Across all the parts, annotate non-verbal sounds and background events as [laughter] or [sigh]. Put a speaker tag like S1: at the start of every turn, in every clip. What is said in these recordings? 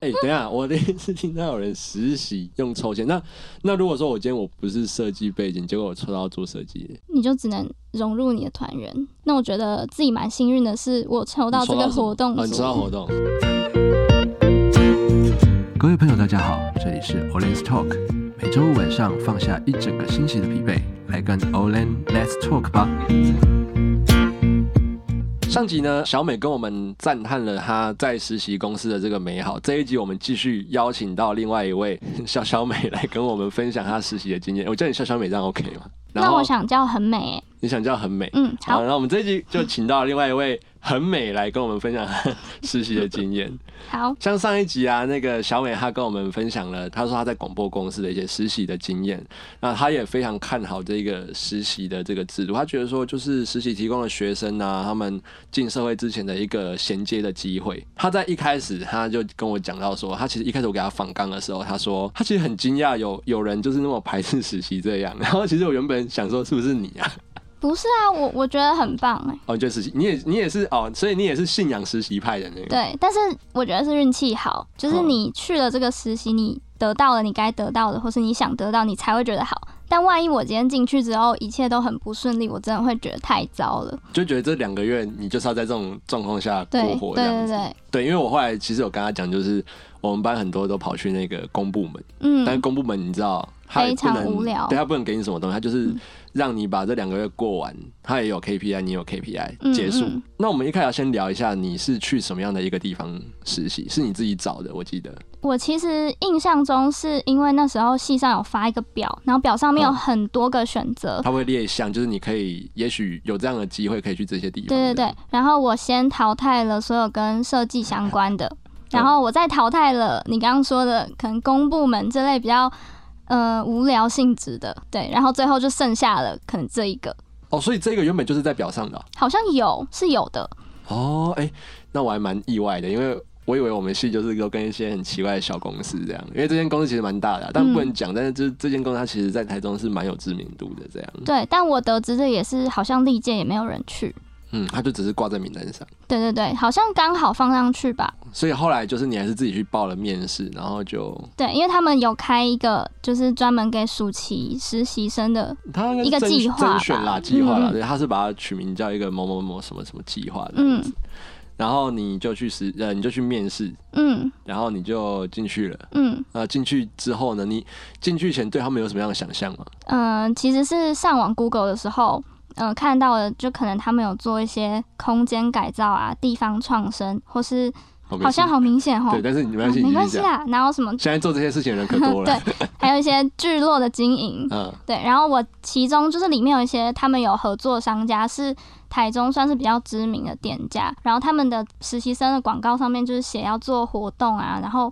S1: 哎、等一下，我的意思听到有人实习用抽签，那那如果说我今天我不是设计背景，结果我抽到做设计的，
S2: 你就只能融入你的团员。那我觉得自己蛮幸运的是，我抽到这个活动
S1: 哦你抽
S2: 组，
S1: 到活动，
S3: 各位朋友，大家好，这里是 Olen's Talk，每周五晚上放下一整个星期的疲惫，来跟 Olen Let's Talk 吧。
S1: 上集呢，小美跟我们赞叹了她在实习公司的这个美好。这一集我们继续邀请到另外一位小小美来跟我们分享她实习的经验。我叫你小小美，这样 OK 吗？然
S2: 那
S1: 后
S2: 我想叫很美、欸。
S1: 你想叫很美，
S2: 嗯，好，
S1: 然后我们这一集就请到另外一位很美来跟我们分享她实习的经验。
S2: 好，
S1: 像上一集啊，那个小美她跟我们分享了，她说她在广播公司的一些实习的经验，那她也非常看好这个实习的这个制度，她觉得说就是实习提供了学生啊，他们进社会之前的一个衔接的机会。她在一开始她就跟我讲到说，她其实一开始我给她访纲的时候，她说她其实很惊讶有有人就是那么排斥实习这样，然后其实我原本想说是不是你啊？
S2: 不是啊，我我觉得很棒哎、
S1: 哦，你觉得实习你也你也是哦，所以你也是信仰实习派的那个。
S2: 对，但是我觉得是运气好，就是
S1: 嗯
S2: 你去了这个实习，你得到了你该得到的，或是你想得到，你才会觉得好。但万一我今天进去之后一切都很不顺利，我真的会觉得太糟了。
S1: 就觉得这两个月你就是要在这种状况下过
S2: 对
S1: 活
S2: 对
S1: 这样
S2: 对
S1: 子。
S2: 对，
S1: 对，因为我后来其实有跟他讲，就是我们班很多都跑去那个公部门，但是
S2: 嗯，
S1: 公部门你知道，他也不
S2: 非常
S1: 能
S2: 无聊
S1: 对他不能给你什么东西，他就是
S2: 嗯
S1: 让你把这两个月过完，他也有 KPI，你有 KPI
S2: 嗯
S1: 结束。
S2: 嗯
S1: 那我们一开始要先聊一下，你是去什么样的一个地方实习？是你自己找的，我记得。
S2: 我其实印象中是因为那时候系上有发一个表，然后表上面有
S1: 嗯
S2: 很多个选择。
S1: 他会列项，就是你可以，也许有这样的机会可以去这些地方。
S2: 对对对，然后我先淘汰了所有跟设计相关的，然后我再淘汰了你刚刚说的可能公部门这类比较呃无聊性质的，对，然后最后就剩下了可能这一个，
S1: 哦，所以这个原本就是在表上的哦、
S2: 好像有是有的，
S1: 哦，哎、那我还蛮意外的，因为我以为我们系就是都跟一些很奇怪的小公司这样，因为这间公司其实蛮大的啊、但
S2: 嗯
S1: 不能讲。但是就是这间公司它其实在台中是蛮有知名度的这样。
S2: 对，但我得知的也是好像历届也没有人去，
S1: 嗯，它就只是挂在名单上，
S2: 对对对，好像刚好放上去吧，
S1: 所以后来就是你还是自己去报了面试，然后就
S2: 对，因为他们有开一个就是专门给暑期实习生的，
S1: 他
S2: 一个计划吧
S1: 甄选啦，计划啦，
S2: 嗯
S1: 对，他是把它取名叫一个某某某什么什么计划这样
S2: 嗯
S1: 子。然后你就去实呃，你就去面试，
S2: 嗯
S1: 然后你就进去了。
S2: 嗯。
S1: 呃，进去之后呢，你进去前对他们有什么样的想象吗？
S2: 嗯，其实是上网 Google 的时候，嗯、看到的就可能他们有做一些空间改造啊、地方创生，或是
S1: 没
S2: 好
S1: 事
S2: 像好明显哦
S1: 对，，但是你没关系，
S2: 没
S1: 你继
S2: 关
S1: 续
S2: 系
S1: 讲。
S2: 啊。然后什么，
S1: 现在做这些事情的人可多了。
S2: [laughs] 对，还有一些聚落的经营，
S1: 嗯，
S2: 对。然后我其中就是里面有一些他们有合作商家是台中算是比较知名的店家，然后他们的实习生的广告上面就是写要做活动啊，然后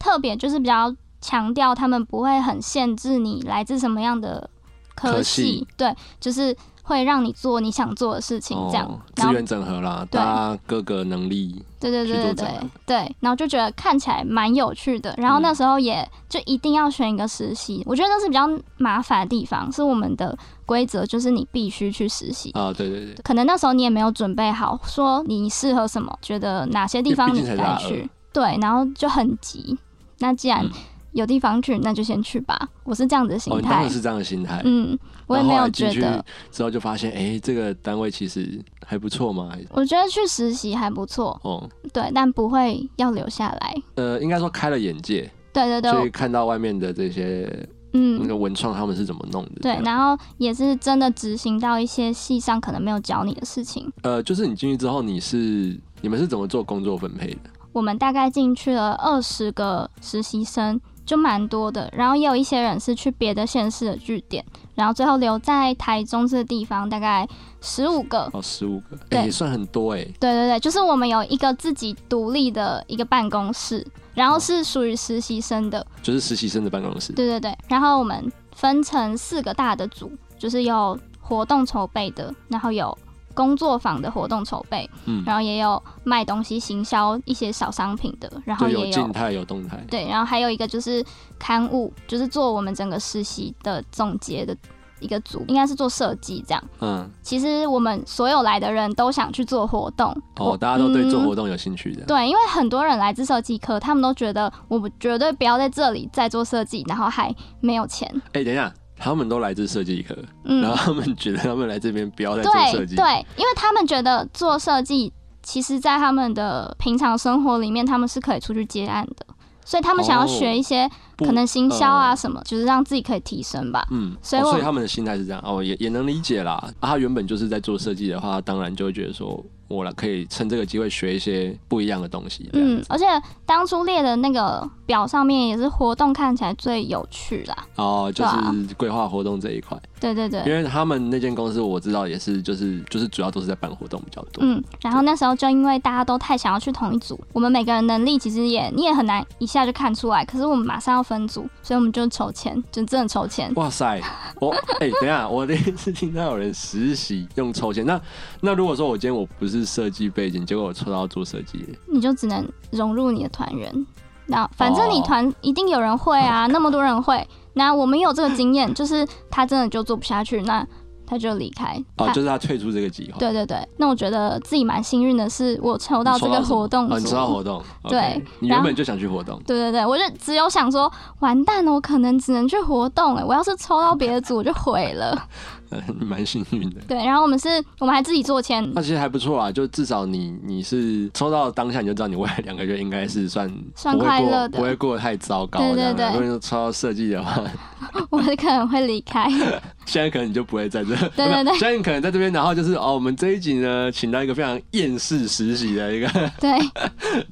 S2: 特别就是比较强调他们不会很限制你来自什么样的科
S1: 科
S2: 系，
S1: 系
S2: 对，就是会让你做你想做的事情这样。
S1: 哦
S2: 然
S1: 资
S2: 后
S1: 源整合啦，
S2: 对
S1: 大家各个能力，
S2: 对对
S1: 去
S2: 对
S1: 啊
S2: 对
S1: 做展
S2: 对
S1: 览
S2: 对，然后就觉得看起来蛮有趣的。然后
S1: 嗯
S2: 那时候也就一定要选一个实习，我觉得那是比较麻烦的地方，是我们的规则，就是你必须去实习。
S1: 啊，对对对，
S2: 可能那时候你也没有准备好，说你适合什么，觉得哪些地方
S1: 因为
S2: 你
S1: 毕竟才
S2: 该
S1: 大
S2: 去，对，然后就很急。那既然
S1: 嗯
S2: 有地方去，那就先去吧。我是这样子的
S1: 哦，
S2: 心
S1: 你当
S2: 态
S1: 然，是这样的心态。
S2: 嗯，我也
S1: 然后
S2: 没
S1: 后
S2: 有
S1: 来进
S2: 觉
S1: 去
S2: 得，
S1: 之后就发现，哎，这个单位其实还不错嘛，
S2: 我觉得去实习还不错，
S1: 哦，
S2: 对，但不会要留下来。
S1: 呃，应该说开了眼界，
S2: 对对对，
S1: 所
S2: 我
S1: 以看到外面的这些
S2: 嗯
S1: 那，个文创他们是怎么弄的。这
S2: 对，
S1: 样
S2: 然后也是真的执行到一些系上可能没有教你的事情。
S1: 呃，就是你进去之后，你是你们是怎么做工作分配的？
S2: 我们大概进去了二十个实习生，就蛮多的。然后也有一些人是去别的县市的据点，然后最后留在台中这个地方大概十五个。
S1: 哦，十五个，
S2: 对
S1: 哎，也算很多哎。
S2: 对对对，就是我们有一个自己独立的一个办公室，然后是属于实习生的。
S1: 就是实习生的办公室，
S2: 对对对，然后我们分成四个大的组，就是有活动筹备的，然后有工作坊的活动筹备，
S1: 嗯，
S2: 然后也有卖东西、行销一些小商品的，然后
S1: 就
S2: 也
S1: 有静态有动态。
S2: 对，然后还有一个就是刊物，就是做我们整个实习的总结的一个组，应该是做设计这样。
S1: 嗯，
S2: 其实我们所有来的人都想去做活动，
S1: 哦，大家都对做活
S2: 动、
S1: 动有兴趣的，
S2: 嗯对，因为很多人来自设计科，他们都觉得我们绝对不要在这里再做设计，然后还没有钱。
S1: 哎、等一下，他们都来自设计科，
S2: 嗯，
S1: 然后他们觉得他们来这边不要再做设
S2: 对
S1: 计，
S2: 对，因为他们觉得做设计，其实在他们的平常生活里面，他们是可以出去接案的，所以他们想要
S1: 哦
S2: 学一些
S1: 不
S2: 可能行销啊
S1: 呃
S2: 什么，就是让自己可以提升吧。
S1: 嗯，
S2: 所以
S1: 哦
S2: 我
S1: 所以他们的心态是这样哦，也也能理解啦。啊，他原本就是在做设计的话，他当然就会觉得说，我来可以趁这个机会学一些不一样的东西。嗯，
S2: 嗯，而且当初列的那个表上面也是活动看起来最有趣啦。
S1: 哦，就
S2: 对
S1: 是规划活动这一块，
S2: 对对
S1: 因
S2: 对，
S1: 为他们那间公司我知道也是，就是就是主要都是在办活动比较多。
S2: 嗯，然后那时候就因为大家都太想要去同一组，我们每个人能力其实也你也很难一下就看出来，可是我们马上要分组，所以我们就筹钱，就真的筹钱。
S1: 哇塞，我哎、等一下，我第一次听到有人实习用抽签。那那如果说我今天我不是设计背景，结果我抽到做设计，
S2: 你就只能融入你的团员。那反正你
S1: 哦
S2: 团一定有人会啊，那么多人会。那我们有这个经验，就是他真的就做不下去，那他就离开。
S1: 哦，
S2: 他
S1: 就是他退出这个计划。
S2: 啊对对对，那我觉得自己蛮幸运的是，我抽
S1: 你
S2: 到
S1: 抽
S2: 这
S1: 到
S2: 个
S1: 什么
S2: 活动
S1: 哦，你
S2: 组
S1: 抽到活动，
S2: 对
S1: OK，你
S2: 然
S1: 原
S2: 后
S1: 本就想去活动， [laughs]
S2: 对对对，我就只有想说，完蛋了，我可能只能去活动了。我要是抽到别的组，我就毁
S1: [laughs]
S2: 了。
S1: 呃，你蛮幸运的。
S2: 对，然后我们是，我们还自己做签，
S1: 那其实还不错啊，就至少你你是抽到当下你就知道你未来两个月应该是算
S2: 算
S1: 不会
S2: 快
S1: 过
S2: 乐的
S1: 不会过得太糟糕
S2: 对
S1: 这样啊。
S2: 对对
S1: 如果你抽到设计的话，
S2: 我可能会离开。
S1: 现在可能你就不会在这，
S2: [laughs] 对对对
S1: 现在你可能在这边，然后就是哦，我们这一集呢，请到一个非常厌世实习的一个 [laughs]
S2: 对，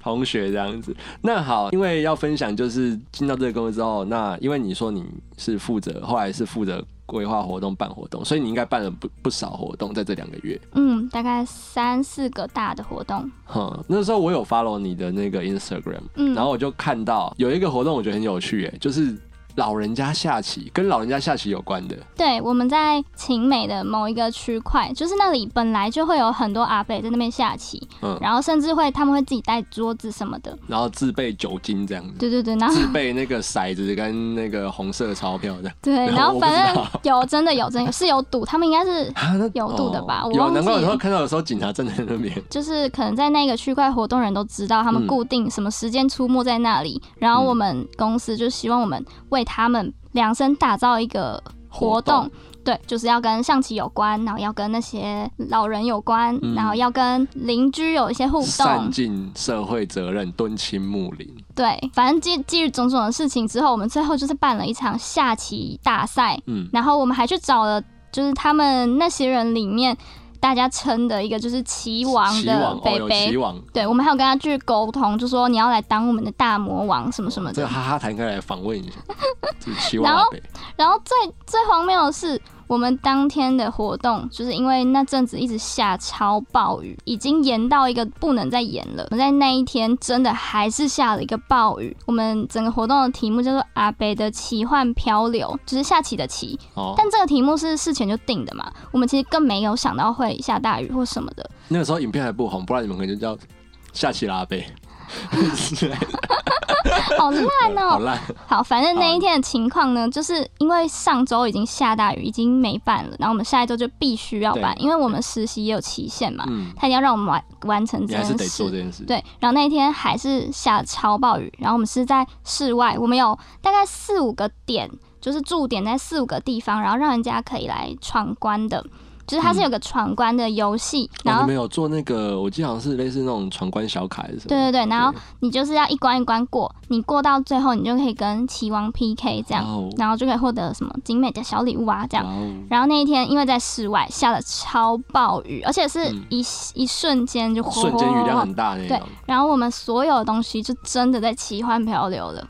S1: 同学这样子。那好，因为要分享就是进到这个公司之后，那因为你说你是负责，后来是负责规划活动、办活动，所以你应该办了不不少活动在这两个月。
S2: 嗯，大概三四个大的活动，
S1: 哼，那时候我有 follow 你的那个 Instagram，
S2: 嗯，
S1: 然后我就看到有一个活动，我觉得很有趣，哎，就是老人家下棋，跟老人家下棋有关的。
S2: 对，我们在晴美的某一个区块，就是那里本来就会有很多阿伯在那边下棋，
S1: 嗯
S2: 然后甚至会他们会自己带桌子什么的，
S1: 然后自备酒精这样子，
S2: 对对对，然后
S1: 自备那个骰子跟那个红色钞票的。
S2: 对，
S1: [laughs]
S2: 然后
S1: 我不知
S2: 反正
S1: 道
S2: 有真的有真的有是有赌，他们应该是
S1: 啊，那
S2: 有度的吧
S1: 哦
S2: 我
S1: 有，
S2: 忘记
S1: 难怪有时候
S2: 了
S1: 看到有时候警察站在那边，
S2: 就是可能在那个区块活动人都知道，他
S1: 嗯
S2: 们固定什么时间出没在那里，然后
S1: 嗯
S2: 我们公司就希望我们为他们量身打造一个活
S1: 活动
S2: 动。对，就是要跟象棋有关，然后要跟那些老人有关，
S1: 嗯
S2: 然后要跟邻居有一些互
S1: 善
S2: 动，
S1: 尽社会责任，敦亲睦邻。
S2: 对，反正基基于种种的事情之后，我们最后就是办了一场下棋大赛，
S1: 嗯，
S2: 然后我们还去找了，就是他们那些人里面大家称的一个就是棋王
S1: 棋
S2: 的
S1: 王哦，
S2: 北
S1: 有
S2: 北。
S1: 棋王。
S2: 对，我们还有跟他去沟通，就说你要来当我们的大魔王什么什么
S1: 这
S2: 的
S1: 个。哈哈谈开来访问一
S2: [laughs]
S1: 下，这个棋王
S2: 然后
S1: 阿北，
S2: 然后最最荒谬的是，我们当天的活动就是因为那阵子一直下超暴雨，已经延到一个不能再延了。我们在那一天真的还是下了一个暴雨。我们整个活动的题目叫做“阿北的奇幻漂流”，就是下棋的棋。
S1: 哦，
S2: 但这个题目是事前就定的嘛，我们其实更没有想到会下大雨或什么的。
S1: 那个时候影片还不红，不然你们可能就叫下棋啦阿北，
S2: 好烂哦、
S1: [laughs] 好烂。
S2: 好，反正那一天的情况呢，就是因为上周已经下大雨，已经没办了，然后我们下一周就必须要办，
S1: 对
S2: 因为我们实习也有期限嘛，
S1: 嗯，
S2: 他一定要让我们完完成
S1: 你
S2: 这
S1: 还是
S2: 件
S1: 得做
S2: 事。
S1: 这件事。
S2: 啊
S1: 哦
S2: 对，然后那一天还是下超暴雨，然后我们是在室外，我们有大概四五个点，就是驻点在四五个地方，然后让人家可以来闯关的，就是它是有个闯关的游戏，然
S1: 哦，你
S2: 后
S1: 们有做那个，我记得好像是类似那种闯关小卡还是什么？
S2: 对对对，然后你就是要一关一关过，你过到最后，你就可以跟棋王 PK 这样，
S1: 哇哦
S2: 然后就可以获得什么精美的小礼物啊这样。
S1: 哇哦
S2: 然后那一天因为在室外下了超暴雨，而且是
S1: 嗯
S2: 一、一瞬间就哗
S1: 瞬间雨量很大那
S2: 对
S1: 种，
S2: 然后我们所有的东西就真的在奇幻漂流了。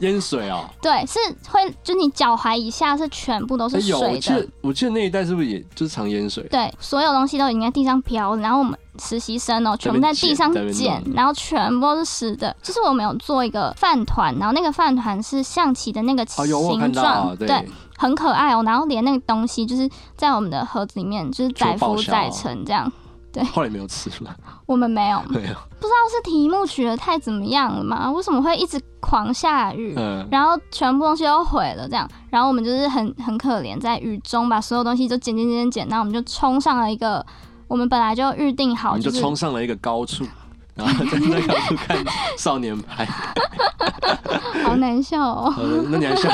S1: 淹水哦。
S2: 对，是会就你脚踝以下是全部都
S1: 哎
S2: 哦是
S1: 有，我
S2: 水
S1: 记
S2: 的，
S1: 得我记得那一代是不是也就是常淹水？
S2: 对，所有东西都已经在地上飘，然后我们实习生哦、全部在地上
S1: 在那边
S2: 捡
S1: 捡，
S2: 然后全部都是湿的。就是我们有做一个饭团，然后那个饭团是象棋的那个
S1: 哦，有我有
S2: 形
S1: 看到
S2: 状，
S1: 啊，对，
S2: 对，很可爱哦、然后连那个东西就是在我们的盒子里面就是载
S1: 全部报
S2: 浮
S1: 销
S2: 载沉这样。对
S1: 后来没有吃
S2: [laughs]
S1: 啊了，
S2: 我们没有，不
S1: 没有，
S2: 知道是题目取的太怎么样了嘛？为什么会一直狂下雨？
S1: 嗯，
S2: 然后全部东西都毁了，这样，然后我们就是很很可怜，在雨中把所有东西都捡捡捡捡捡，然后我们就冲上了一个我们本来就预定
S1: 我
S2: 好，
S1: 们就是冲上了一个高处，然后在那高处
S2: [laughs]
S1: 看少年派，
S2: 好难笑哦。
S1: 好的，那你还
S2: [laughs]
S1: 笑？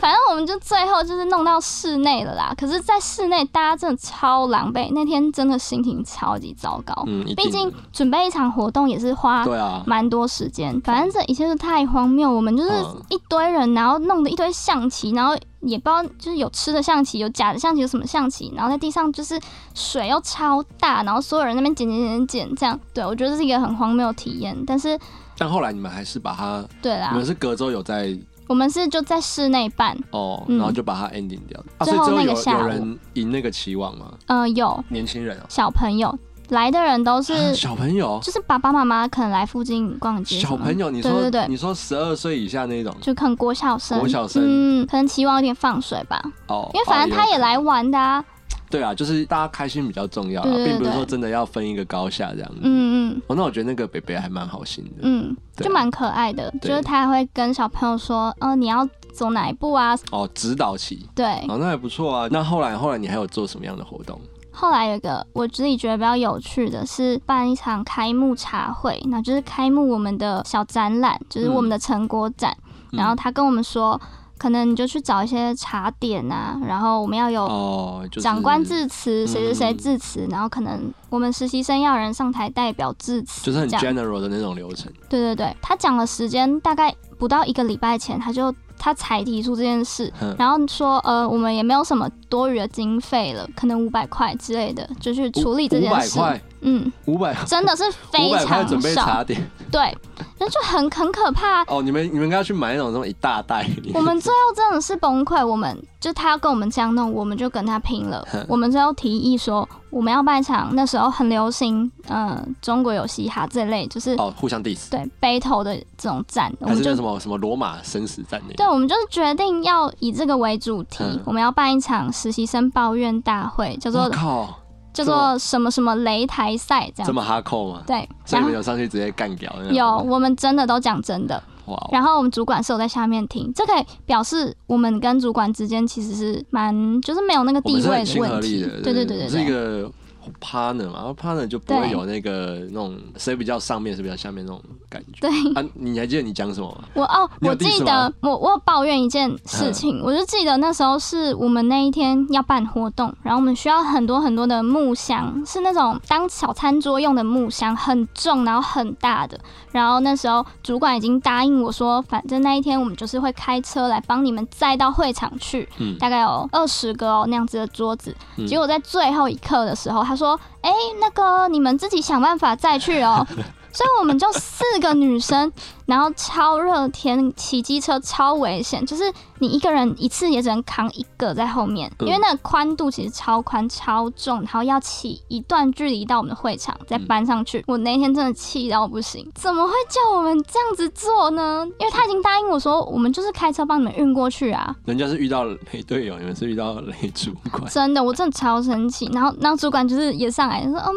S2: 反正我们就最后就是弄到室内了啦。可是，在室内大家真的超狼狈，那天真的心情超级糟糕。
S1: 嗯，一定的
S2: 毕竟准备一场活动也是花
S1: 对啊，
S2: 蛮多时间，反正这一切都太荒谬。我们就是
S1: 嗯
S2: 一堆人，然后弄的一堆象棋，然后也不知道就是有吃的象棋，有假的象棋，有什么象棋，然后在地上就是水又超大，然后所有人在那边捡捡捡捡，这样。对我觉得这是一个很荒谬的体验。但是，
S1: 但后来你们还是把它，
S2: 对啊啦
S1: 你们，是隔周有在
S2: 我们是就在室内办，
S1: 哦，
S2: 嗯
S1: 然后就把它 ending 掉。啊，所
S2: 最
S1: 以
S2: 后
S1: 最后
S2: 那个
S1: 有
S2: 下午
S1: 有人赢那个棋王吗？
S2: 嗯、有
S1: 年轻人哦，
S2: 小朋友来的人都
S1: 啊
S2: 是
S1: 小朋友，
S2: 就是爸爸妈妈可能来附近逛街什
S1: 小
S2: 么的，
S1: 朋友，你
S2: 对对
S1: 说
S2: 对
S1: 你说十二岁以下那种
S2: 就可能国小生，
S1: 国小生
S2: 嗯，可能期望有点放水吧，
S1: 哦，
S2: 因为反正他也
S1: 哦
S2: 来玩的啊，
S1: 对啊，就是大家开心比较重要啊，
S2: 对对对
S1: 并不是说真的要分一个高下这样子。
S2: 嗯嗯
S1: 哦，那我觉得那个北北还蛮好心的。
S2: 嗯，
S1: 对
S2: 就蛮可爱的，
S1: 对
S2: 就是他还会跟小朋友说，嗯、你要走哪一步啊？
S1: 哦，指导棋，
S2: 对，
S1: 哦，那还不错啊。那后来后来你还有做什么样的活动？
S2: 后来有一个我自己觉得比较有趣的是办一场开幕茶会，那就是开幕我们的小展览，就是我们的成果展。
S1: 嗯
S2: 然后他跟我们说，可能你就去找一些茶点啊，然后我们要有
S1: 哦，就是
S2: 长官致辞，谁谁谁
S1: 嗯
S2: 致辞，然后可能我们实习生要有人上台代表致辞，
S1: 就是很
S2: 这样
S1: general 的那种流程。
S2: 对对对，他讲的时间大概不到一个礼拜前，他就他才提出这件
S1: [laughs]
S2: 事，
S1: 哼
S2: 然后说呃，我们也没有什么多余的经费了，可能五百块之类的，就去处理这
S1: 五
S2: 件
S1: 百
S2: 事。
S1: 块，
S2: 嗯，
S1: 五百
S2: 真的是非
S1: 五百块
S2: 常
S1: 准备
S2: 少
S1: 茶，点。
S2: 对，那就很很
S1: [laughs]
S2: 可怕。
S1: 哦，你们你们应该去买那种那种一大袋。
S2: 我们最后真的是崩溃，我们就他要跟我们这样弄，我们就跟他拼
S1: [laughs]
S2: 了。我们最后提议说，我们要办一场那时候很流行，呃，中国有嘻哈这类，就是、
S1: 哦，互相 diss，
S2: 对 battle 的这种战，我
S1: 还
S2: 们
S1: 是
S2: 就
S1: 那什么什么罗马生死战那
S2: 对，
S1: 种？
S2: 我们就是决定要以这个为主题，
S1: 嗯
S2: 我们要办一场实习生抱怨大会，叫
S1: 我
S2: 做
S1: 靠，
S2: 叫
S1: 这么
S2: 做什么什么擂台赛
S1: 这
S2: 这样。
S1: 么哈扣吗？
S2: 对，
S1: 所以
S2: 然
S1: 你
S2: 后
S1: 们有上去直接干掉那种？
S2: 有我们真的都讲真的，
S1: 哇哦，
S2: 然后我们主管是有在下面听，这可以表示我们跟主管之间其实是蛮就是没有那个
S1: 我
S2: 地
S1: 们是
S2: 位
S1: 很
S2: 的
S1: 亲和
S2: 问
S1: 力
S2: 题
S1: 的，，
S2: 对对
S1: 我
S2: 对对
S1: 们是一
S2: 对。
S1: 个 partner 嘛，然后 partner 就不会
S2: 对
S1: 有那个那种谁比较上面谁比较下面那种感觉。
S2: 对
S1: 啊，你还记得你讲什么吗？
S2: 我哦，
S1: 你有
S2: 我记
S1: diss 吗嗯
S2: 得我我有抱怨一件事情，我就记得那时候是我们那一天要办活动，然后我们需要很多很多的木箱，是那种当小餐桌用的木箱，很重然后很大的。然后那时候主管已经答应我说，反正那一天我们就是会开车来帮你们载到会场去，
S1: 嗯
S2: 大概有二十个哦那样子的桌子。
S1: 嗯
S2: 结果在最后一刻的时候，他说：“哎、那个你们自己想办法再去
S1: [laughs]
S2: 哦。”所以我们就四个女生，然后超热天，骑机车超危险，就是你一个人一次也只能扛一个在后面，
S1: 嗯
S2: 因为那个宽度其实超宽超重，然后要骑一段距离到我们的会场再搬上去。我那天真的气到不行，怎么会叫我们这样子做呢？因为他已经答应我说，我们就是开车帮你们运过去啊。
S1: 人家是遇到雷队友，你们是遇到雷主管。
S2: 真的，我真的超生气。然后，然后主管就是也上来就说，嗯，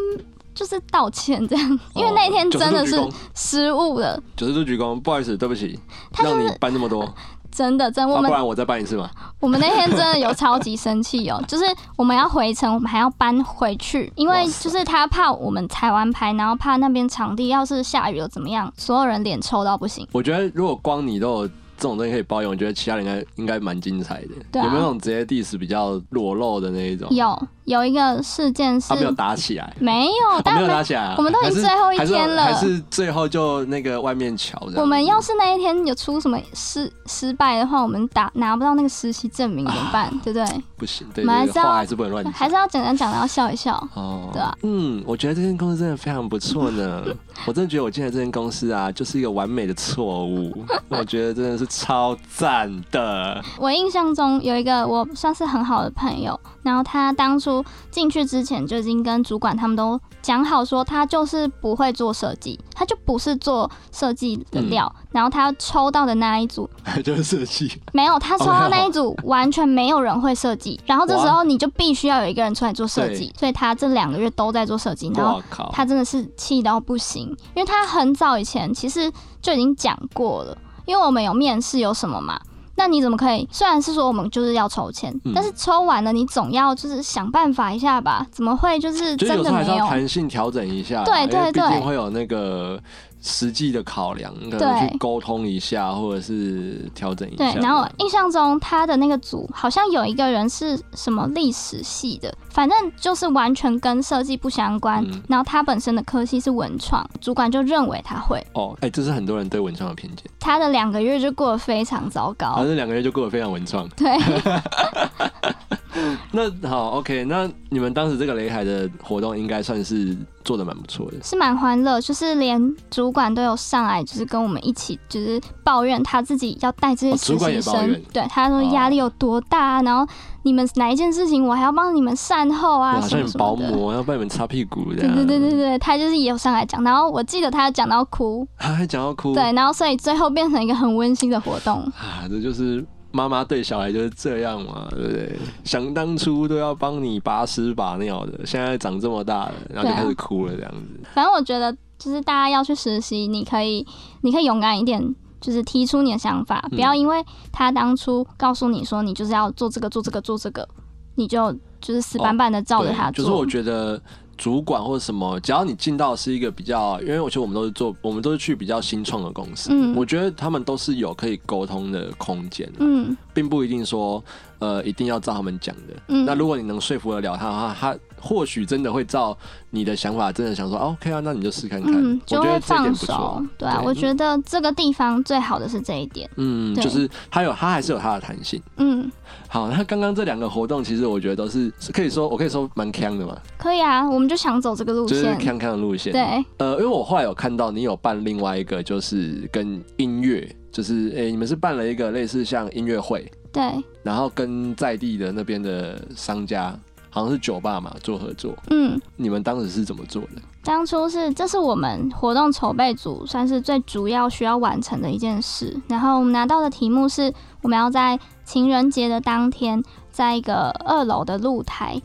S2: 就是道歉这样，因为那天真的是
S1: 哦
S2: 失误了，
S1: 九十度鞠躬，不好意思，对不起，
S2: 他
S1: 让
S2: 就
S1: 你
S2: 是
S1: 搬这么多，
S2: 真的真的我
S1: 啊，不
S2: 们、
S1: 然我再搬一次嘛。
S2: 我们那天真的有超级生
S1: [laughs]
S2: 气哦，就是我们要回程，我们还要搬回去，因为
S1: 哇塞
S2: 就是他怕我们踩完牌，然后怕那边场地要是下雨了怎么样，所有人脸臭到不行。
S1: 我觉得如果光你都有这种东西可以包容，我觉得其他人应该应该蛮精彩的。
S2: 对啊
S1: 有没有那种直接 diss 比较裸露的那一种？
S2: 有有一个事件是、
S1: 啊，哦没有打起来，
S2: 没有，
S1: 啊、
S2: 但
S1: 没有
S2: 没
S1: 打起来啊，
S2: 我们都已经最后一
S1: 还是
S2: 天了
S1: 还是还是最后就那个外面瞧的。
S2: 我们要是那一天有出什么失失败的话，我们打拿不到那个实习证明怎么
S1: 啊
S2: 办？对不对？
S1: 不行，对
S2: 我们还
S1: 对
S2: 是
S1: 对，
S2: 要
S1: 话还是不能乱讲。
S2: 还是要简单讲，然后笑一笑。
S1: 哦，
S2: 对啊
S1: 嗯，我觉得这间公司真的非常不错
S2: [laughs]
S1: 呢。我真的觉得我进来这间公司啊，就是一个完美的错误。我觉得真的是超赞的。 [laughs]
S2: 我印象中有一个我算是很好的朋友，然后他当初初进去之前就已经跟主管他们都讲好，说他就是不会做设计，他就不是做设计的料。然后他抽到的那一组
S1: 就是设计，
S2: 没有，他抽
S1: 还
S2: 到
S1: 好
S2: 那一组完全没有人会设计。然后这时
S1: 哇
S2: 候你就必须要有一个人出来做设计，所以他这两个月都在做设计，然后
S1: 我靠，
S2: 他真的是气到不行，因为他很早以前其实就已经讲过了，因为我们有面试有什么嘛。那你怎么可以？虽然是说我们就是要抽签，
S1: 嗯
S2: 但是抽完了你总要就是想办法一下吧？怎么会就是
S1: 就是
S2: 真
S1: 有时候
S2: 的
S1: 还
S2: 没
S1: 是要
S2: 有？
S1: 弹性调整一下啦，
S2: 对
S1: 因为
S2: 对
S1: 毕
S2: 对
S1: 竟会有那个实际的考量，可能
S2: 对
S1: 去沟通一下，或者是调整一
S2: 对
S1: 下。，
S2: 然后印象中他的那个组好像有一个人是什么历史系的，反正就是完全跟设计不相关。
S1: 嗯
S2: 然后他本身的科系是文创，主管就认为他会，
S1: 哦，哎、这是很多人对文创的偏见，
S2: 他的两个月就过得非常糟糕。
S1: 反正两个月就过得非常文创。
S2: 对，
S1: 那好，OK，那你们当时这个擂台的活动应该算是做的蛮不错的。
S2: 是蛮欢乐，就是连主管都有上来，就是跟我们一起，就是抱怨他自己要带这些
S1: 哦
S2: 实
S1: 主管也
S2: 习
S1: 抱
S2: 生，
S1: 怨嗯
S2: 对，他说压力有多大、啊，然后你们哪一件事情我还要帮你们善后啊，
S1: 好
S2: 什
S1: 像
S2: 么
S1: 很
S2: 什
S1: 保
S2: 么的。
S1: 姆，要帮你们擦屁股这
S2: 对
S1: 样。
S2: 对对对对，他就是也有上来讲，然后我记得他有讲到哭，
S1: 啊，还讲到哭。
S2: 对，然后所以最后变成一个很温馨的活动，
S1: 啊，这就是妈妈对小孩就是这样嘛，对不对？想当初都要帮你拔屎拔尿的，现在长这么大了，然后就
S2: 对啊
S1: 开始哭了这样子。
S2: 反正我觉得就是大家要去实习，你可以，你可以勇敢一点，就是提出你的想法，
S1: 嗯
S2: 不要因为他当初告诉你说你就是要做这个做这个做这个，你就就是死板板的照着
S1: 哦对
S2: 他
S1: 就
S2: 做。
S1: 是我觉得。主管或者什么，只要你进到是一个比较，因为我觉得我们都是做，我们都是去比较新创的公司，
S2: 嗯
S1: 我觉得他们都是有可以沟通的空间啊、
S2: 嗯
S1: 并不一定说，呃，一定要照他们讲的。
S2: 嗯，
S1: 那如果你能说服得了他的话，他或许真的会照你的想法，真的想说、哦、，OK 啊，那你就试看看。
S2: 嗯
S1: 我觉
S2: 就会
S1: 得这点
S2: 放
S1: 不
S2: 手
S1: 错。，
S2: 对啊，
S1: 对
S2: 我觉得这个地方最好的是这一点，
S1: 嗯，
S2: 对
S1: 就是它有，它还是有它的弹性。
S2: 嗯，
S1: 好，那刚刚这两个活动，其实我觉得都是是可以说，我可以说蛮强的嘛，
S2: 可以啊，我们就想走这个路
S1: 就是
S2: 线，
S1: 强强的路线。，
S2: 对，
S1: 呃，因为我后来有看到你有办另外一个，就是跟音乐，就是诶、你们是办了一个类似像音乐会，
S2: 对，
S1: 然后跟在地的那边的商家，好像是酒吧嘛做合作。
S2: 嗯。
S1: 你们当时是怎么做的？
S2: 当初是，这是我们活动筹备组算是最主要需要完成的一件事。然后我们拿到的题目是，我们要在情人节的当天，在一个二楼的露台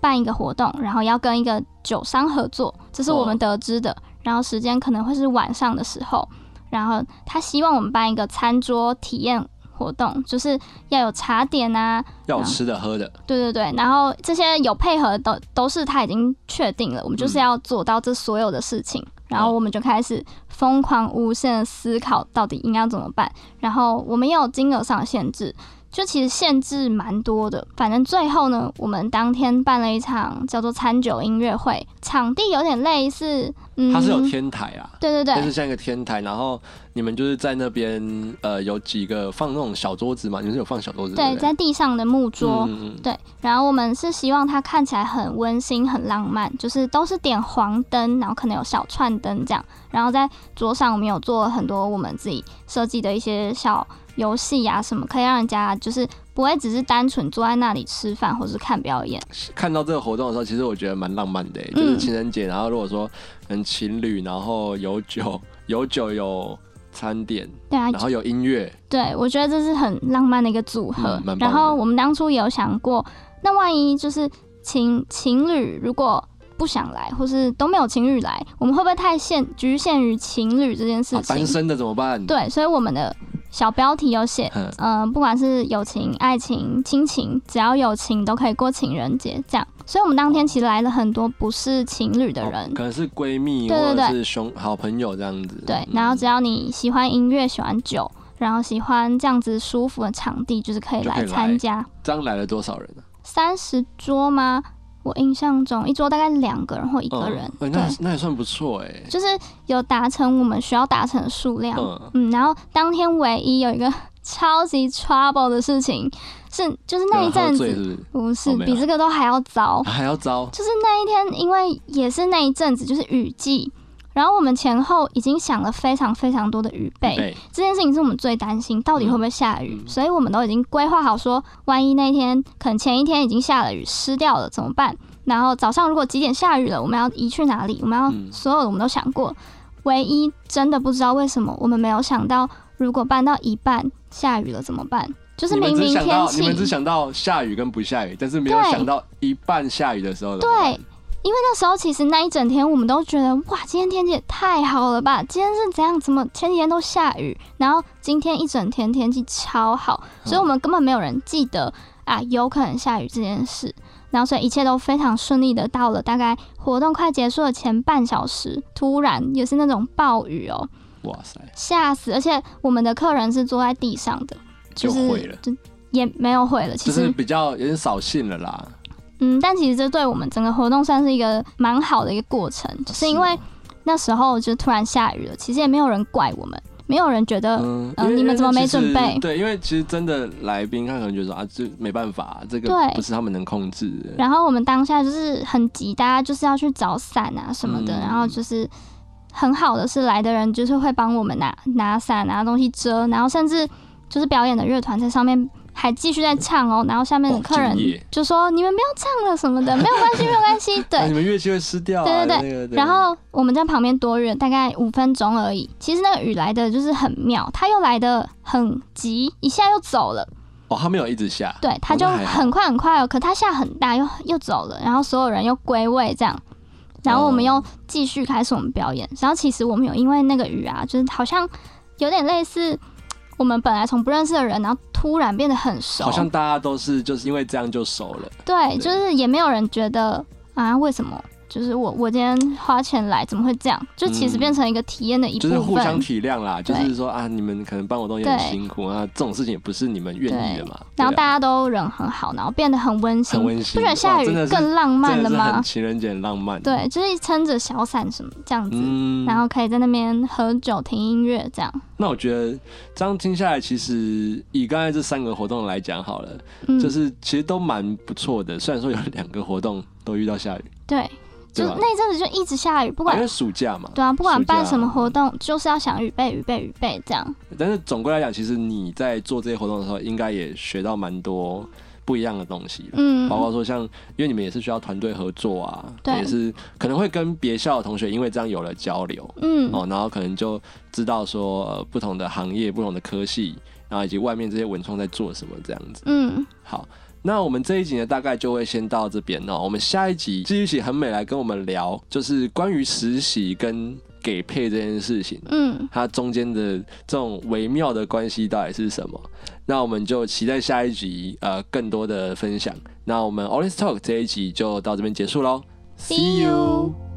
S2: 办一个活动，然后要跟一个酒商合作，这是我们
S1: 哦
S2: 得知的。然后时间可能会是晚上的时候，然后他希望我们办一个餐桌体验活动，就是要有茶点啊，
S1: 要有
S2: 啊
S1: 吃的喝的，
S2: 对对对，然后这些有配合的都是他已经确定了，我们
S1: 嗯
S2: 就是要做到这所有的事情，然后我们就开始疯狂无限的思考到底应该怎么办，然后我们也有金额上的限制。就其实限制蛮多的，反正最后呢，我们当天办了一场叫做餐酒音乐会，场地有点类似，嗯，
S1: 它是有天台啊。
S2: 对对
S1: 但
S2: 对
S1: 是，像一个天台，然后你们就是在那边，呃，有几个放那种小桌子嘛？你们是有放小桌子
S2: 对，
S1: 不对
S2: 在地上的木桌，
S1: 嗯嗯
S2: 对，然后我们是希望它看起来很温馨、很浪漫，就是都是点黄灯，然后可能有小串灯这样。然后在桌上我们有做很多我们自己设计的一些小游戏呀、什么，可以让人家就是不会只是单纯坐在那里吃饭或是看表演。
S1: 看到这个活动的时候，其实我觉得蛮浪漫
S2: 嗯
S1: 的、就是情人节，然后如果说嗯情侣，然后有酒，有酒有餐点，
S2: 对啊，
S1: 然后有音乐，
S2: 对，我觉得这是很浪漫的一个组合
S1: 嗯。蛮棒的
S2: 然后我们当初也有想过，那万一就是情情侣如果不想来，或是都没有情侣来，我们会不会太限局限于情侣这件事
S1: 啊
S2: 情？
S1: 单身的怎么办？
S2: 对，所以我们的小标题有写，
S1: 嗯，
S2: 呃，不管是友情、爱情、亲情，只要有情都可以过情人节这样。所以我们当天其实来了很多不是情侣的人
S1: 哦，可能是闺蜜
S2: 对对
S1: 或
S2: 对
S1: 者是兄好朋友这样子。
S2: 对
S1: 嗯，
S2: 然后只要你喜欢音乐、喜欢酒，然后喜欢这样子舒服的场地，就是可以
S1: 就可以来
S2: 来参加。
S1: 这样来了多少人啊？
S2: 三十桌吗？我印象中一桌大概两个人或一个
S1: 嗯
S2: 人，
S1: 哎那
S2: 对，
S1: 那也算不错哎。
S2: 就是有达成我们需要达成的数量。
S1: 嗯，
S2: 嗯，然后当天唯一有一个超级 trouble 的事情是，就是那一
S1: 有人喝
S2: 阵
S1: 醉
S2: 子
S1: 是不是
S2: 不是
S1: 哦没有
S2: 比这个都还要糟，
S1: 还要招？
S2: 就是那一天，因为也是那一阵子就是雨季，然后我们前后已经想了非常非常多的雨备，
S1: 对，
S2: 这件事情是我们最担心，到底会不会下雨，
S1: 嗯
S2: 所以我们都已经规划好说，万一那一天可能前一天已经下了雨，湿掉了怎么办？然后早上如果几点下雨了，我们要移去哪里？我们要
S1: 嗯
S2: 所有的我们都想过，唯一真的不知道为什么我们没有想到，如果办到一半下雨了怎么办？就是
S1: 你们
S2: 明
S1: 只
S2: 明
S1: 想
S2: 天
S1: 到
S2: 气
S1: 你，们只想到下雨跟不下雨，但是没有
S2: 对
S1: 想到一半下雨的时候。
S2: 对，因为那时候其实那一整天我们都觉得哇，今天天气也太好了吧？今天是怎样？怎么前几天都下雨，然后今天一整天天气超好，
S1: 嗯
S2: 所以我们根本没有人记得啊，有可能下雨这件事。然后所以一切都非常顺利的到了大概活动快结束的前半小时，突然也是那种暴雨哦，
S1: 哇塞，
S2: 吓死！而且我们的客人是坐在地上的，
S1: 就是毁了，
S2: 就也没有毁了，其
S1: 就
S2: 实
S1: 是比较有点扫兴了啦。
S2: 嗯，但其实这对我们整个活动算是一个蛮好的一个过程，就是因为那时候就突然下雨了，其实也没有人怪我们，没有人觉得、
S1: 嗯
S2: 呃你们怎么没准
S1: 因为
S2: 备
S1: 其实对，因为其实真的来宾他可能觉得说啊，这没办法，这个
S2: 对
S1: 不是他们能控制的。
S2: 然后我们当下就是很急，大家就是要去找伞啊什么的，
S1: 嗯
S2: 然后就是很好的是来的人就是会帮我们拿拿伞、啊拿东西遮，然后甚至就是表演的乐团在上面还继续在唱哦，然后下面的
S1: 哦
S2: 客人
S1: 敬业
S2: 就说、你们不要唱了什么的，没有关系，没有关系，对
S1: 啊那，你们乐器会湿掉啊，
S2: 对对
S1: 那个对
S2: 然后我们在旁边多远，大概五分钟而已。其实那个雨来的就是很妙，它又来的很急，一下又走了。
S1: 哦，他没有一直下，
S2: 对，它就
S1: 那还好
S2: 很快很快哦，可它下很大，又又走了。然后所有人又归位这样，然后我们又继续开始我们表演。然后其实我们有因为那个雨啊，就是好像有点类似我们本来从不认识的人，然后突然变得很熟，
S1: 好像大家都是就是因为这样就熟了。
S2: 对，
S1: 对
S2: 就是也没有人觉得啊，为什么？就是我我今天花钱来，怎么会这样？就其实
S1: 嗯
S2: 变成一个体验的一部
S1: 就
S2: 分。
S1: 是互相体谅啦，就
S2: 对
S1: 是说啊，你们可能帮我东西很
S2: 对
S1: 辛苦啊，这种事情也不是你们愿意的嘛。
S2: 然后
S1: 对
S2: 大
S1: 啊
S2: 家都人很好，然后变得很温馨。
S1: 很温馨，
S2: 不觉得下
S1: 哇
S2: 雨
S1: 真的是
S2: 更浪漫
S1: 真
S2: 了
S1: 的是很
S2: 吗？
S1: 情人节很浪漫，，
S2: 对，就是撑着小伞什么这样子，
S1: 嗯
S2: 然后可以在那边喝酒、听音乐这样。
S1: 那我觉得这样听下来，其实以刚才这三个活动来讲好了，
S2: 嗯，
S1: 就是其实都蛮不错的。虽然说有两个活动都遇到下雨，
S2: 对，就
S1: 对吧？
S2: 那一阵子就一直下雨，不
S1: 啊因
S2: 管
S1: 为暑假嘛，
S2: 对啊，不管
S1: 暑假嗯
S2: 办什么活动，就是要想预备、预备、预备这样。
S1: 但是总归来讲，其实你在做这些活动的时候，应该也学到蛮多不一样的东西啦
S2: 嗯，
S1: 包括说像，因为你们也是需要团队合作啊，
S2: 对
S1: 也是可能会跟别校的同学因为这样有了交流、
S2: 嗯，
S1: 哦，然后可能就知道说、呃、不同的行业、不同的科系，然后以及外面这些文创在做什么这样子。
S2: 嗯，
S1: 好，那我们这一集呢，大概就会先到这边哦。我们下一集继续请很美来跟我们聊，就是关于实习跟给配这件事情。
S2: 嗯，
S1: 它中间的这种微妙的关系到底是什么？那我们就期待下一集呃更多的分享。那我们 Orange Talk 这一集就到这边结束喽
S2: See you